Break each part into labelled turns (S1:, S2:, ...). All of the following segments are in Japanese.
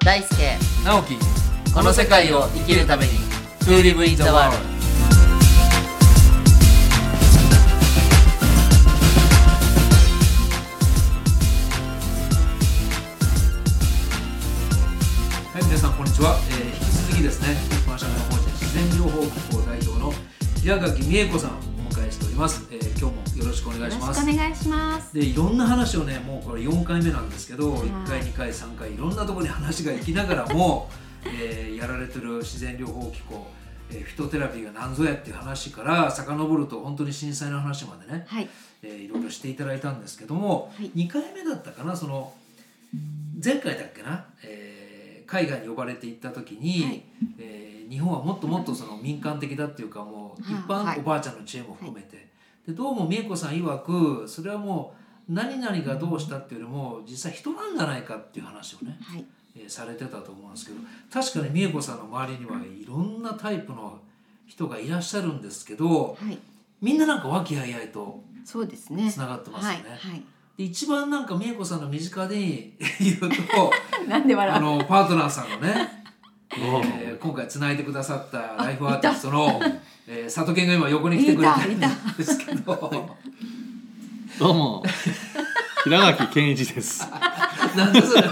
S1: 大輔
S2: 直樹
S1: この世界を生きるために
S2: To live in the world はい皆さんこんにちは、えー、引き続きですね一般社会法人自然療法機構代表の平垣美恵子さんをお迎えしております、えー、今日もよろしくお願いします
S3: よろしくお願いします。
S2: でいろんな話をねもうこれ4回目なんですけど、
S3: い
S2: 1回2回3回いろんなところに話が行きながらも、 えーやられてる自然療法機構、えーフィトテラピーが何ぞやっていう話から遡ると本当に震災の話までね、
S3: はい。
S2: えーいろいろしていただいたんですけども、
S3: はい
S2: 2回目だったかなその前回だっけな、えー海外に呼ばれて行った時に、
S3: はい
S2: えー日本はもっともっとその民間的だっていうかもう一
S3: はあは
S2: 般
S3: い
S2: おばあちゃんの知恵も含めて、でどうも美恵子さん曰くそれはもう何々がどうしたっていうよりも実際人なんじゃないかっていう話をね、
S3: はい。
S2: えーされてたと思うんですけど確かに美恵子さんの周りにはいろんなタイプの人がいらっしゃるんですけど
S3: はい。
S2: みんななんか和気あいあいと
S3: そうですね。
S2: つながってますよね。
S3: はい。
S2: で一番なんか美恵子さんの身近で言うと
S3: はい。なんで
S2: あ
S3: 笑
S2: のパートナーさんのね、えー今回つないでくださったライフアーティストの、えー、佐藤健が今横に来てくれてるんですけど
S4: どうも平垣健一です。
S2: なんでそれそう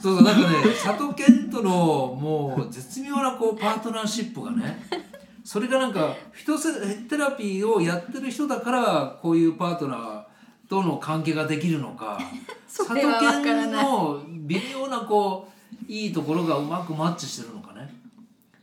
S2: そうなんかね佐藤健とのもう絶妙なこうパートナーシップがねそれがなんかフィトセテラピーをやってる人だからこういうパートナーとの関係ができるのか
S3: それはわからな
S2: 佐
S3: い
S2: 藤健の微妙なこういいところがうまくマッチしてるのかね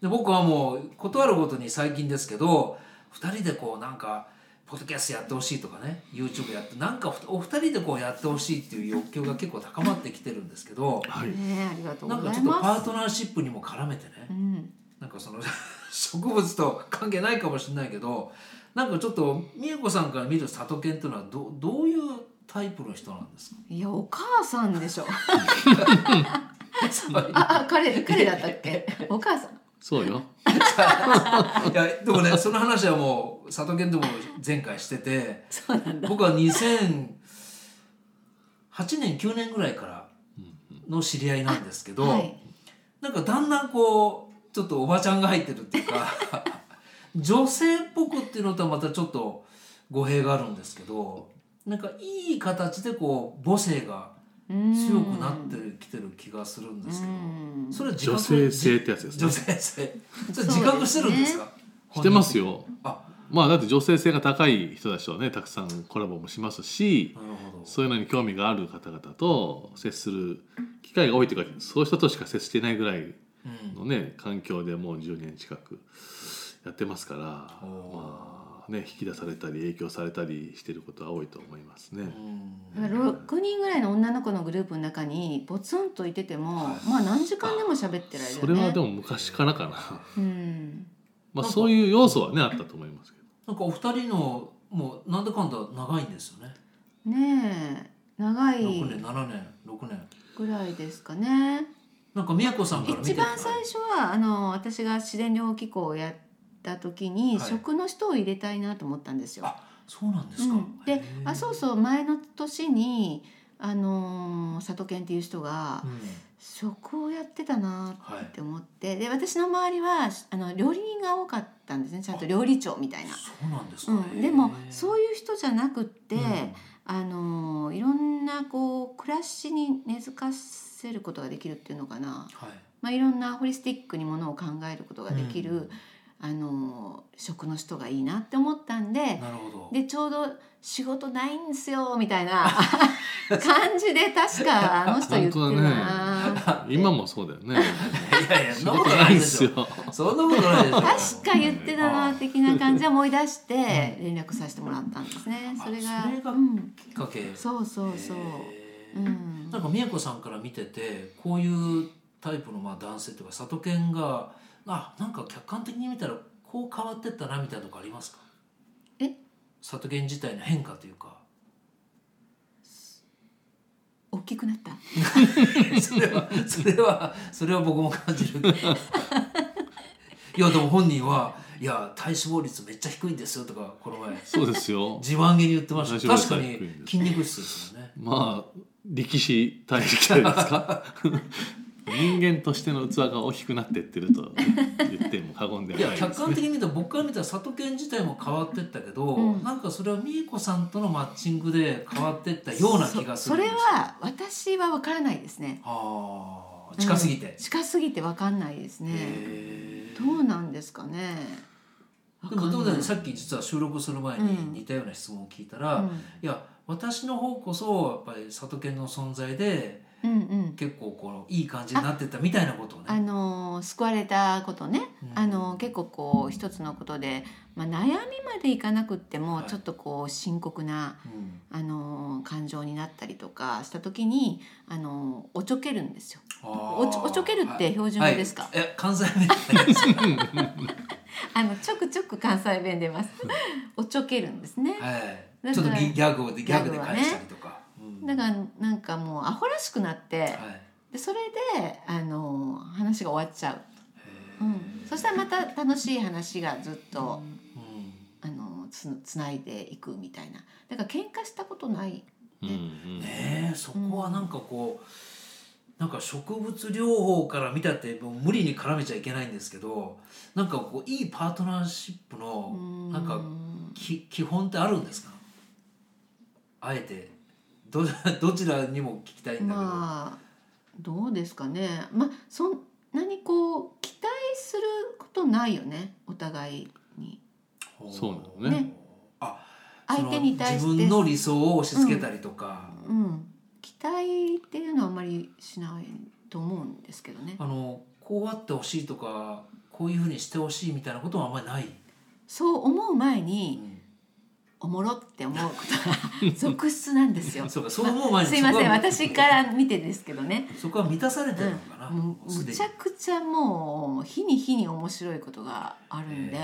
S2: で僕はもう断るごとに最近ですけど2人でこうなんかポッドキャストやってほしいとかね YouTube やってなんかお二人でこうやってほしいっていう欲求が結構高まってきてるんですけど
S3: う。
S4: はい。
S3: ねえ、ありがとう
S2: なん
S3: ご
S2: か
S3: ざ
S2: ち
S3: い
S2: ょっとパ
S3: ま
S2: ー
S3: す。
S2: トナーシップにも絡めてね
S3: うん。
S2: なんかその 植物と関係ないかもしれないけどなんかちょっと美恵子さんから見る里犬っていうのはどどういうタイプの人なん ですか
S3: いや、お母さん でしょ。
S2: そうい
S3: あ、あ、彼、彼だったっ け。お母さん。
S4: そうよ。
S2: やでもねその話はもう里犬でも前回してて
S3: そうなんだ。
S2: 僕は2008年9年ぐらいからの知り合いなんですけど、
S3: はい。
S2: なんかだんだんこうちょっとおばちゃんが入ってるっていうか女性っぽくっていうのとはまたちょっと語弊があるんですけどなんかいい形でこう母性が強くなってきてる気がするんですけ
S3: うん
S2: どそれ自
S4: 女
S2: 覚
S4: 性性ってやつです
S2: 女
S4: ね。
S2: 性性それ自覚してるんですか
S4: してます
S2: よ
S4: よ。
S2: あ
S4: まあだって女性性が高い人たちとはねたくさんコラボもしますし
S2: なるほど
S4: そういうのに興味がある方々と接する機会が多いというかそういう人としか接してないぐらいのね環境でもう10年近くやってますから
S2: おー
S4: まあね引き出されたり影響されたりしてることは多いと思いますね。
S2: うんうん
S3: 6人ぐらいの女の子のグループの中にポツンといてても、まあ何時間でも喋ってられるよね
S4: それはでも昔からかな。
S3: うん
S4: ま
S2: な
S4: あ
S2: んか
S4: そういう要素はねあったと思いますけど。
S2: なんかお二人のもうなんだかんだ長いんですよね
S3: ねえ長い
S2: 6年7年6年
S3: ぐらいですかね
S2: なんか宮子さんから見て
S3: 一番最初はあの私が自然療法機構をやった時に、
S2: はい
S3: 食の人を入れたいなと思ったんですよ。
S2: あそうなんで
S3: う
S2: すか、
S3: ん、であそう
S2: う、
S3: そう前の年にあのー里健っていう人が
S2: うん、
S3: 食をやってたな
S2: はい
S3: って思ってで私の周りはあの料理人が多かったんですねちゃんと料理長みたいな。
S2: そうなんですか、
S3: うん、でもそう
S2: い
S3: いう人じゃなくって、
S2: うん
S3: あのーいろんなこう暮らしに根付かせることができるっていうのかな。
S2: はい、
S3: まあ、いろんなホリスティックにものを考えることができる、
S2: うん
S3: あの食の人がいいなって思ったんで
S2: なるほど
S3: でちょうど仕事ないんですよみたいな 感じで確かあの人言ってるな、
S4: 今もそうだよね。
S2: いやいやそんなこと
S4: な
S2: ない
S4: い
S2: で
S4: ですす
S2: よ
S4: よ。
S2: そんなことないでしょ
S3: 確か言ってたな的な感じで思い出して連絡させてもらったんですね
S2: あ
S3: それが
S2: それが
S3: うん、
S2: きっかけ
S3: そうそうそう、
S2: へ
S3: う
S2: ー
S3: ん
S2: なんか宮子さんから見ててこういうタイプのまあ男性というか里犬があなんか客観的に見たらこう変わってったなみたいなとこありますか
S3: え
S2: 里犬自体の変化というか
S3: 大きくなった
S2: それはそれはそれは僕も感じるけどいやでも本人はいや体脂肪率めっちゃ低いんですよとかこの前
S4: そうですよ。
S2: 自慢げに言ってました
S4: 体脂
S2: 確か
S4: 肪率は低いん
S2: に
S4: です
S2: 筋肉質ですよね
S4: まあ力士体力じゃないですか。人間としての器が大きくなってってると言っても過言ではい
S2: や
S4: ないで
S2: 客
S4: す
S2: 観
S4: ね。
S2: 的に見たら僕から見たら佐藤健自体も変わってったけど、
S3: うん
S2: なんかそれは美恵子さんとのマッチングで変わってったような気がする
S3: そ
S2: んで
S3: れ
S2: すよ
S3: は私は分からないですね
S2: あー近すぎて、
S3: 近すぎて分かんないですね
S2: へー
S3: どうなんですかね
S2: でもどうだろう
S3: 分かんない
S2: さっき実は収録する前に似たような質問を聞いたら、いや私の方こそやっぱり里犬の存在で
S3: うんうんうん
S2: 結構こういい感じになってったみたいなことを
S3: あ
S2: ね。
S3: のー救われたことね、
S2: うん
S3: あのー結構こう一つのことで、まあ、悩みまでいかなくっても、
S2: はい
S3: ちょっとこう深刻な、
S2: うん
S3: あのー感情になったりとかした時に、あのーおちょけるんですよ。
S2: あー
S3: おちょおちょけるって標準語ですか
S2: はいえ関西 弁
S3: あのちょくちょく関西弁出ます。おちょけるんです
S2: は
S3: ね。
S2: い
S3: だから
S2: ちょっとギギャグでギャグで返したりとか、うん
S3: だからなんかもうアホらしくなって、
S2: はい
S3: でそれであのー話が終わっちゃう。うん、そしたらまた楽しい話がずっと。
S2: うん
S3: あのつつないでいくみたいなだから喧嘩したことない
S4: うんうん
S2: ねえそこはなんかこう、なんか植物療法から見たってもう無理に絡めちゃいけないんですけどなんかこういいパートナーシップの
S3: うん
S2: なんかき基本ってあるんですかあえてど どちらにも聞きたいんだけど、
S3: まあどうですかねまあそんなにこう期待することないよねお互いに
S2: ほ
S4: そうなのね
S3: ね
S2: あ
S3: 相手に対して
S2: その自分の理想を押し付けたりとか、
S3: うん期待っていうのはあんまりしないと思うんですけどね
S2: あのこうあってほしいとかこういうふうにしてほしいみたいなことはあんまりない、
S3: そう思う前
S2: う
S3: に
S2: ん
S3: おもろって思うこ とが続出なんですよ
S2: そうかそう思う前に
S3: すいません
S2: そ
S3: 私
S2: こは
S3: から見てですけどね
S2: そこは満たされてるのかな、
S3: もう
S2: す
S3: む
S2: でに
S3: ちゃくちゃもう日に日に面白いことがあるんで、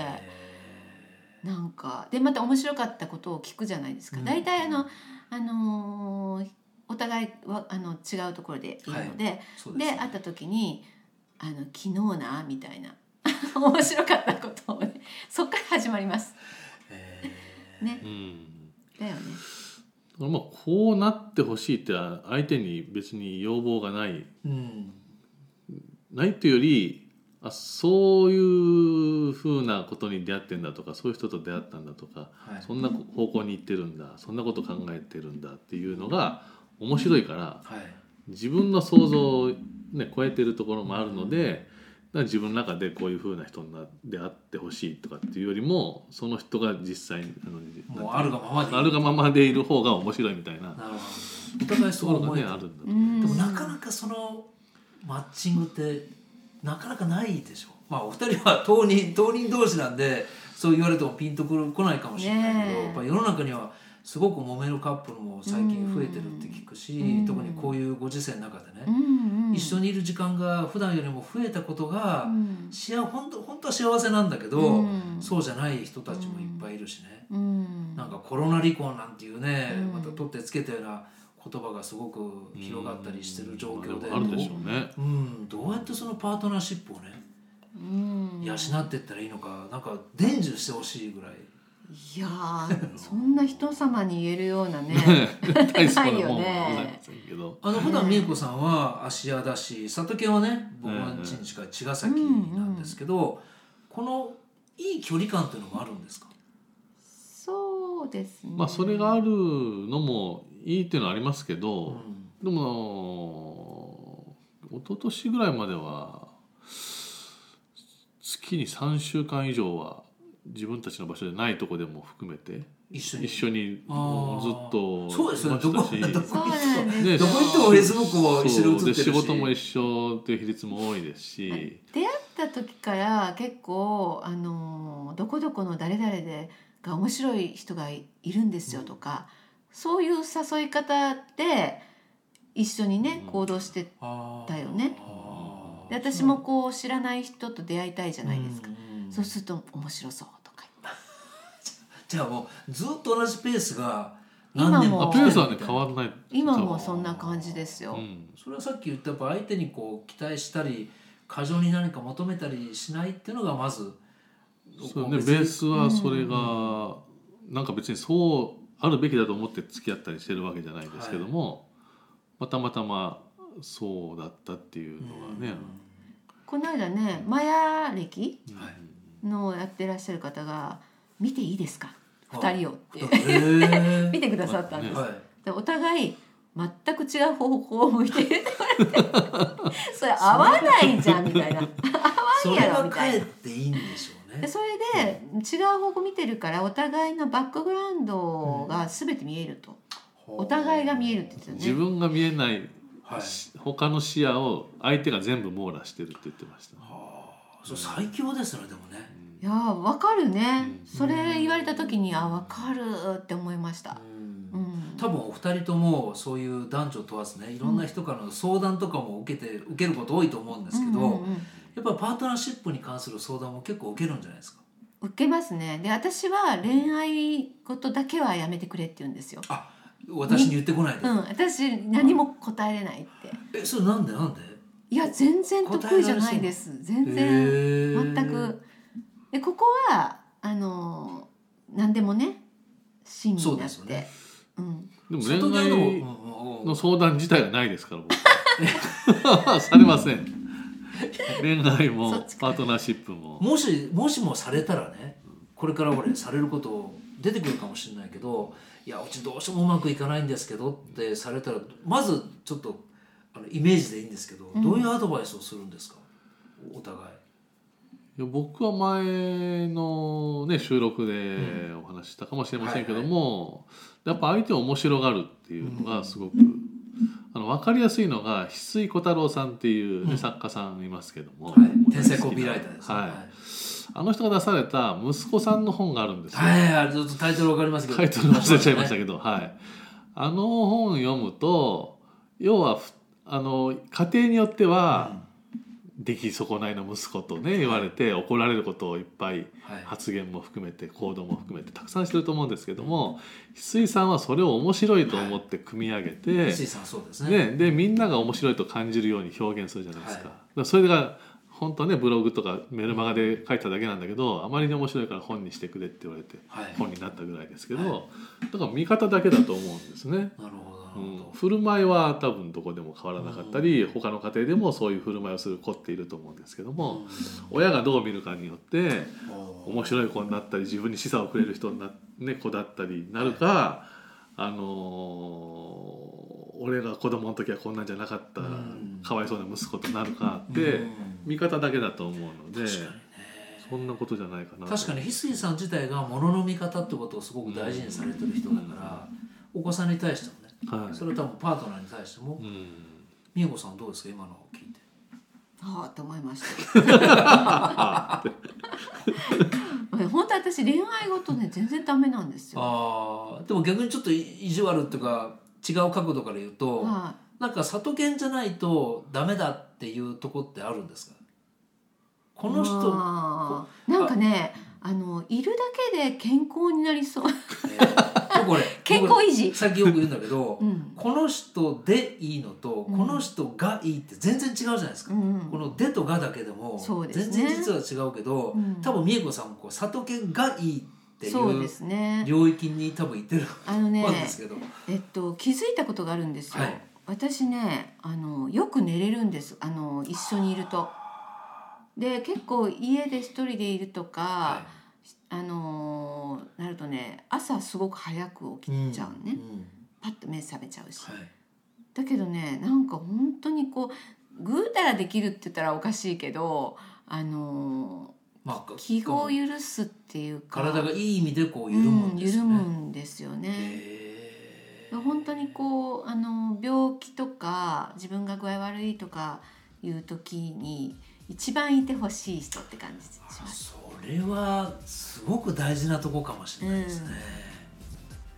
S3: なんかでまた面白かったことを聞くじゃないですか、
S2: うん
S3: 大体あの、あのーお互いはあの違うところでいるので、
S2: そう
S3: で
S2: ですね
S3: 会った時に「あの昨日な」みたいな 面白かったことをねそっから始まります。
S2: えー
S3: ね
S4: うん
S3: だよね。
S4: だからまあこうなってほしいって相手に別に要望がない
S2: うん
S4: ないっていうよりあそういうふうなことに出会ってんだとかそういう人と出会ったんだとか
S2: はい
S4: そんな方向に行ってるんだそんなこと考えてるんだっていうのが面白いから
S2: はい
S4: 自分の想像を、ね、超えてるところもあるのでだから自分の中でこういうふうな人にな出会ってほしいとかっていうよりもその人が実際にあの
S2: もうあるがままで
S4: あるがままでいる方が面白いみたいな
S2: なるほどお互い
S4: と
S2: そ
S4: こ
S2: う
S4: ろが
S2: 思え
S4: ね
S2: て
S4: ある
S2: る
S4: んだと
S3: う
S4: 思う。
S3: ん
S2: でもなかなかそのマッチングってなかなかないでしょまあお二人は当人 当人同士なんでそう言われてもピンとくる来ないかもしれないけど、
S3: ねえ
S2: やっぱ世の中にはすごく揉めるカップルも最近増えてるって聞くし、
S3: うん
S2: 特にこういうご時世の中でね、
S3: うんうん、
S2: 一緒にいる時間が普段よりも増えたことが、
S3: うん
S2: 幸本当本当は幸せなんだけど、
S3: うん
S2: そうじゃない人たちもいっぱいいるしね、
S3: うん
S2: なんかコロナ離婚なんていうね、
S3: う
S2: ま
S3: ん
S2: た取ってつけたような言葉がすごく広がったりしてる状況で、
S4: うんあるでしょうね。
S2: うん、どうやってそのパートナーシップをね
S3: うん
S2: 養っていったらいいのかなんか伝授してほしいぐらい
S3: いや ーそんな人様に言えるようなね
S4: 大層な
S3: な
S4: も
S3: い
S4: ん
S3: よ
S4: はござい
S3: ね
S4: ま。せんけど。
S2: あの普段美恵子さんは芦屋だし佐渡犬はね僕はちんちか茅ヶ崎なんですけど、このいい距離感っていうのもあるんですか
S3: そうですね。
S4: まあそれがあるのもいいっていうのはありますけど、
S2: うん
S4: でも一昨年ぐらいまでは月に3週間以上は自分たちの場所でないとこでも含めて
S2: 一緒に
S4: 一緒に
S2: あー
S4: ずっと
S2: そうですよね
S4: いましたし
S2: どこ
S3: そうなんですよ。
S4: ね
S2: どこ行ってもフェイスブックも一緒に写って
S4: そうで
S2: るし
S4: 仕事も一緒っていう比率も多いですし、
S3: 出会った時から結構あのどこどこの誰々でが面白い人がいいるんですよとか、そういう誘い方で一緒にね、
S4: うん
S3: 行動してだ
S2: だ
S3: よねで私もこう知らない人と出会いたいじゃないですか、そうすると面白そうとか
S2: じゃあもうずっと同じペースが
S3: 今
S2: 何年
S3: も
S4: あ
S2: も
S4: ペースはね
S2: 来てるみたいな
S4: 変わらない
S3: 今もそんな感じですよ、
S4: うん
S2: それはさっき言ったやっぱ相手にこう期待したり過剰に何か求めたりしないっていうのがまず
S4: そうねベ
S2: 別に
S4: ースはそれが、なんか別にそうあるべきだと思って付き合ったりしてるわけじゃないですけども、またまたまそうだったっていうのがね、
S3: この間ねマヤ歴
S4: うん
S2: はい
S3: のやってらっしゃる方が「見ていいですか
S2: はい
S3: 二人を」って
S2: えー
S3: 見てくださったんです。
S2: はい
S3: でお互い全く違う方向を向いて言ってもらって それ合わないじゃんみたいな合
S2: そ
S3: わん
S2: れ
S3: やろ
S2: は
S3: みた
S2: か
S3: い
S2: えっ
S3: な。
S2: ていいんでしょう
S3: で
S2: ね
S3: それで違う方向見てるからお互いのバックグラウンドが全て見えると、お互いが見えるって言ってたよね
S4: 自分が見えない、
S2: はい
S4: し他の視野を相手が全部網羅してるって言ってました、
S2: はあそれ最強ですねでもね
S3: いやーわかるね、
S4: うん
S3: それ言われた時にあわかるって思いました、うん
S2: 多分お二人ともそういう男女問わずねいろんな人からの相談とかも受けて受けること多いと思うんですけど、
S3: うんうんうん
S2: やっぱりパートナーシップに関する相談も結構受けるんじゃないですか
S3: 受けますねで私は恋愛事だけはやめてくれって言うんですよ、
S2: 私に言ってこないで、
S3: うん、私何も答えれないって
S2: えそれなんでなんで
S3: いや全然得意じゃないです全然全
S2: 全
S3: くでここはあの何でもね親身に
S2: そう
S3: な
S2: で
S3: っ
S2: すよ
S3: て、
S2: ね
S3: うん、
S4: でも
S2: 外
S4: 恋
S2: 側の
S4: 愛
S2: もうんうんう
S4: の
S2: ん
S4: 相談自体がないですから僕されません恋愛も
S3: そっちか
S4: パートナーシップも
S2: もしもしもされたらねこれから俺されること出てくるかもしれないけどいやうちどうしてもうまくいかないんですけどってされたらまずちょっとあのイメージでいいんですけど、どういうアドバイスをするんですかお互い。
S4: いや僕は前の、ね、収録でお話ししたかもしれませんけども、やっぱ相手を面白がるっていうのがすごく、あの分かりやすいのが翡翠小太郎さんっていう、ね
S2: うん
S4: 作家さんいますけども、
S2: はい
S4: もう大好きな
S2: 天才コピーライターですね、
S4: はいあの人が出された息子さんの本があるんですよ、
S2: はい、あれちょっとタイトルわかりますけど。
S4: タイトル忘れちゃいましたけど、はい、あの本読むと要はふあの家庭によっては、出来損ないの息子とね言われて怒られることをいっぱい
S2: はい。
S4: 発言も含めて行動も含めてたくさんしてると思うんですけども翡翠さんはそれを面白いと思って組み上げて、
S2: 石井さんそうですね。
S4: ね、でみんなが面白いと感じるように表現するじゃないです
S2: はい
S4: か。だからそれが本当はねブログとかメルマガで書いただけなんだけどあまりに面白いから本にしてくれって言われて
S2: はい。
S4: 本になったぐらいですけど、
S2: は
S4: だから見方だけだと思うんですね。
S2: なるほど、なる
S4: う
S2: ほ
S4: ん
S2: ど、。
S4: 振る舞いは多分どこでも変わらなかったり、他の家庭でもそういう振る舞いをする子っていると思うんですけども、親がどう見るかによって
S2: うん
S4: 面白い子になったり自分に示唆をくれる人にな、ね、子だったりなるか、あのー俺が子供の時はこんなんじゃなかった、
S2: うん
S4: かわいそうな息子となるかって、
S2: うん
S4: 見方だけだと思うので
S2: 確かにね
S4: そんなことじゃないかなと
S2: 確かに翡翠さん自体がものの見方ってことをすごく大事にされてる人だから、お子さんに対してもね、
S4: はい
S2: それは多分パートナーに対しても
S4: うん
S2: 美恵子さんどうですか今のを聞いて
S3: ああと思いました 本当私恋愛事ね全然ダメなんですよ
S2: ああでも逆にちょっと意地悪っていうか違う角度から言うと、
S3: は
S2: なんか里犬じゃないとダメだっていうとこってあるんですかこ
S3: い
S2: の人、
S3: あーなんかねあのいるだけで健康になりそう
S2: え ー僕俺
S3: 健康維持
S2: 僕最近よく言うんだけど、
S3: うん
S2: この人でいいのと、
S3: うん
S2: この人がいいって全然違うじゃないですか、
S3: うん
S2: この「で」と「が」だけでも
S3: そうです
S2: 全
S3: ね
S2: 然実は違うけど、
S3: うん
S2: 多分美恵子さんもこう里犬がいいってい
S3: そうで
S2: う
S3: すね
S2: 領域に多分いってる
S3: あのね
S2: わけですけど、
S3: えっと気づいたことがあるんですよ、
S2: はい
S3: 私ねあのよく寝れるんですあの一緒にいるとで結構家で一人でいるとか、
S2: は
S3: あのーなるとね朝すごく早く
S2: い
S3: 起きちゃうね、
S2: ん
S3: パッと目覚めちゃうし、
S2: はい
S3: だけどねなんか本当にこうぐうたらできるって言ったらおかしいけどあの
S2: まあ
S3: ー、気を許すっていうか
S2: 体がいい意味でこう
S3: う
S2: 緩むん
S3: ん
S2: です
S3: 緩
S2: よ
S3: む
S2: ね。
S3: んですよね。
S2: へー
S3: 本当にこうあの病気とか自分が具合悪いとかいう時に一番いてほしい人って感じします。
S2: それはすごく大事なとこかもしれないですね。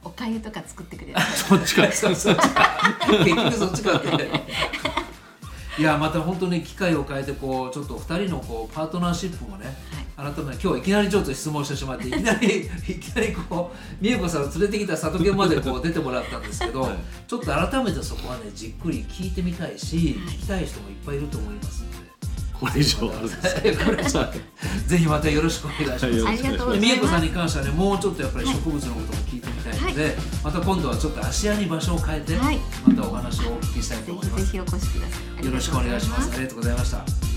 S3: おかゆとか作ってくれる。
S4: そっちか
S2: そう そっちか結局そっちかって言いたい。いやまた本当に機会を変えてこうちょっと二人のこうパートナーシップもね、改めて今日いきなりちょっと質問してしまっていきなり いきなりこう美恵子さんを連れてきた里犬までこう出てもらったんですけど、
S4: はい
S2: ちょっと改めてそこはねじっくり聞いてみたいし聞きたい人もいっぱいいると思いますので。
S4: これ以上あるんです
S2: これぜひまたよろしくお願いします。
S4: はいよろしくお願いします
S3: ありがとうございます
S2: 美恵子さんに関してはねもうちょっとやっぱり植物のことも聞いてみたいたいので、また今度はちょっと芦屋に場所を変えて、
S3: はい
S2: またお話をお聞きしたい
S3: ぜ
S2: と思い
S3: ひ
S2: ま
S3: ぜ
S2: す
S3: ひお越しください。
S2: よろしくお願いしますありがとうございました